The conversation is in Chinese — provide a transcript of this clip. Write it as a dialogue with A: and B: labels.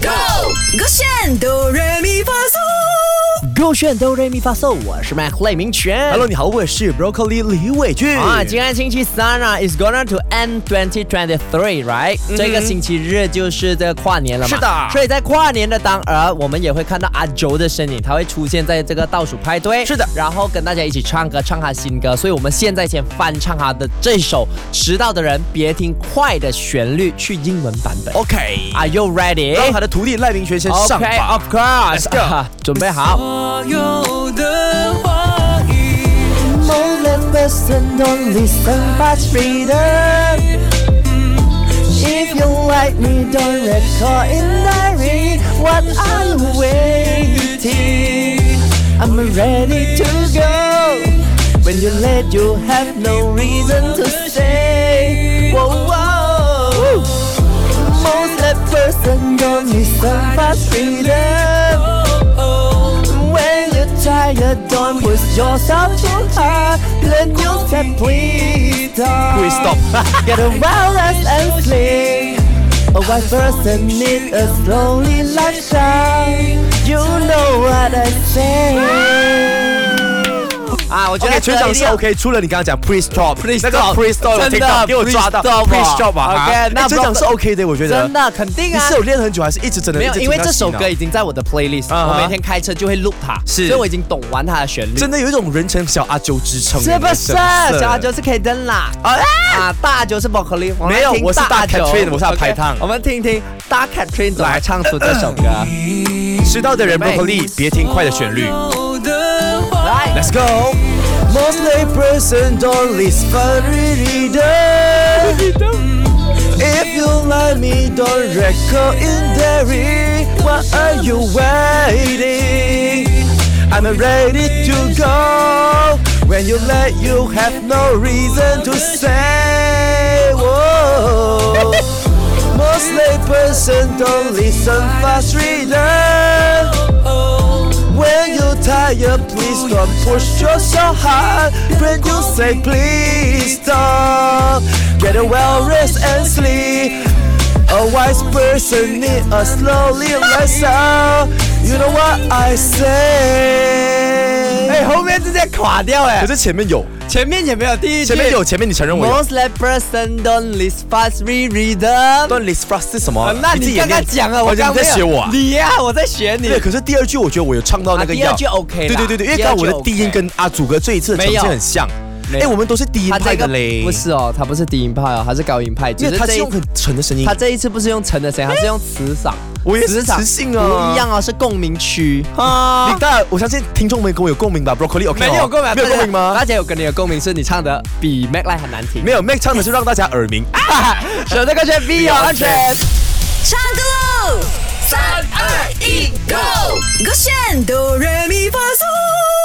A: Go，我选哆来咪发嗦。
B: 勾选哆瑞咪发嗦，我是麦克雷明权。
C: Hello，你好，我是 Broccoli 李伟俊。
B: 啊，今天星期三啊，is going to end 2023，right？、这个星期日就是这个跨年了嘛。
C: 嗯是的
B: 所以在跨年的当儿，我们也会看到阿周的身影，他会出现在这个倒数派对。
C: 是的
B: 然后跟大家一起唱歌，唱他新歌。所以我们现在先翻唱他的这首《迟到的人别听快》的旋律去英文版本。
C: OK，
B: Are you ready？
C: 让哦他的徒弟赖明全先上
B: OK，
C: 吧。
B: of course，
C: Let's go
B: 啊准备好。
D: 所有的话语，
B: Only person, only somebody's freedom. If you like me, don't record in diary what I'm waiting. I'm ready to go. When you let, you have no reason to stay. Whoa, whoa. Most that person, only somebody's freedom. When you're tired, don't push yourself too hard. Let your step breathe down.
C: Please stop.
B: Get around us and sleep. A white person needs a slowly lifestyle. You know what I say. 啊，我觉
C: OK，全场是 OK，除了你刚刚讲 Please stop，那个 Please stop 我
B: 真
C: 听
B: 的
C: 到，给我抓到
B: please stop 啊
C: Please stop 啊
B: OK，
C: 啊。
B: 那
C: 哎全场是
B: Broccoli-
C: OK 的，我觉得。
B: 真的肯定
C: 你
B: 啊。
C: 是有练很久，还是一直真的？
B: 没有
C: 一，直
B: 因为这首
C: 听到
B: 歌
C: 洗
B: 已
C: 脑
B: 经在我的 playlist，、
C: 啊啊哈
B: 我每天开车就会录它，
C: 是
B: 所以我已经懂完它的旋律。
C: 真的有一种人称小阿九之称，
B: 是不是？小阿
C: 九
B: 九是 K 灯啦，
C: 啊？
B: 啊，大阿九是 broccoli，们
C: 没有
B: 听
C: 我是大
B: 阿九
C: Catherine，我是阿
B: OK，
C: 排档
B: 我们听听大 Catherine 怎么
C: 来
B: 唱出这首歌。
C: 迟到的人
B: 准备
C: Broccoli，别听快的旋律。
B: 哦
D: 所有的话语。
B: 来，
C: Let's go。Mostly present only fairy If you like me, don't record in diary. What are you waiting? I'm ready to go. When you let, you have no reason to say. Whoa. Mostly person don't listen fast reader. When you tired, please don't push yourself hard. When you say please stop, get a well rest and sleep. A wise person need a slowly lesson. You know what I say？
B: 哎，后面直接垮掉哎
C: 可，是前面有，
B: 前面也没有第一句，
C: 前面有，前面你承 认我有。
B: Most like person don't list fast re read them。
C: 段 list fast 是什么
B: 啊？那
C: 自己
B: 你
C: 也
B: 刚刚
C: 念
B: 讲了，我
C: 哦
B: 刚
C: 你在
B: 没有
C: 学我啊？
B: 你呀，我在学你
C: 对，。可是第二句我觉得我有唱到那
B: 啊
C: 个
B: 第二
C: 调。
B: 句 OK 啦
C: 对对对对，因为刚刚我
B: 第二
C: 的
B: 句
C: 低音
B: OK
C: 跟阿祖哥这一次的呈现很像。哎，
B: 没有没有
C: 我们都是低音
B: 他
C: 派
B: 这
C: 的
B: 个
C: 嘞。
B: 不是哦，他不是低音派哦，他是高音派，
C: 因
B: 只
C: 为
B: 是
C: 他
B: 这
C: 是
B: 一
C: 用很沉的声音
B: 他。这一次不是用沉的声音，他是用磁嗓。
C: 我也是
B: 嗓
C: 磁性啊
B: 不一样啊，是共鸣区啊
C: 你。当然，我相信听众们跟我有共鸣吧？Broccoli OK 哦
B: 没有共鸣，
C: 没有共鸣吗
B: 大？家有跟你有共鸣，是你唱的比 Mac Line 还难听。
C: 没有，Mac 唱的是让大家耳鸣。
B: 选这个选 B 有安全。
A: 唱歌喽！三二一，Go！我选哆来咪发嗦。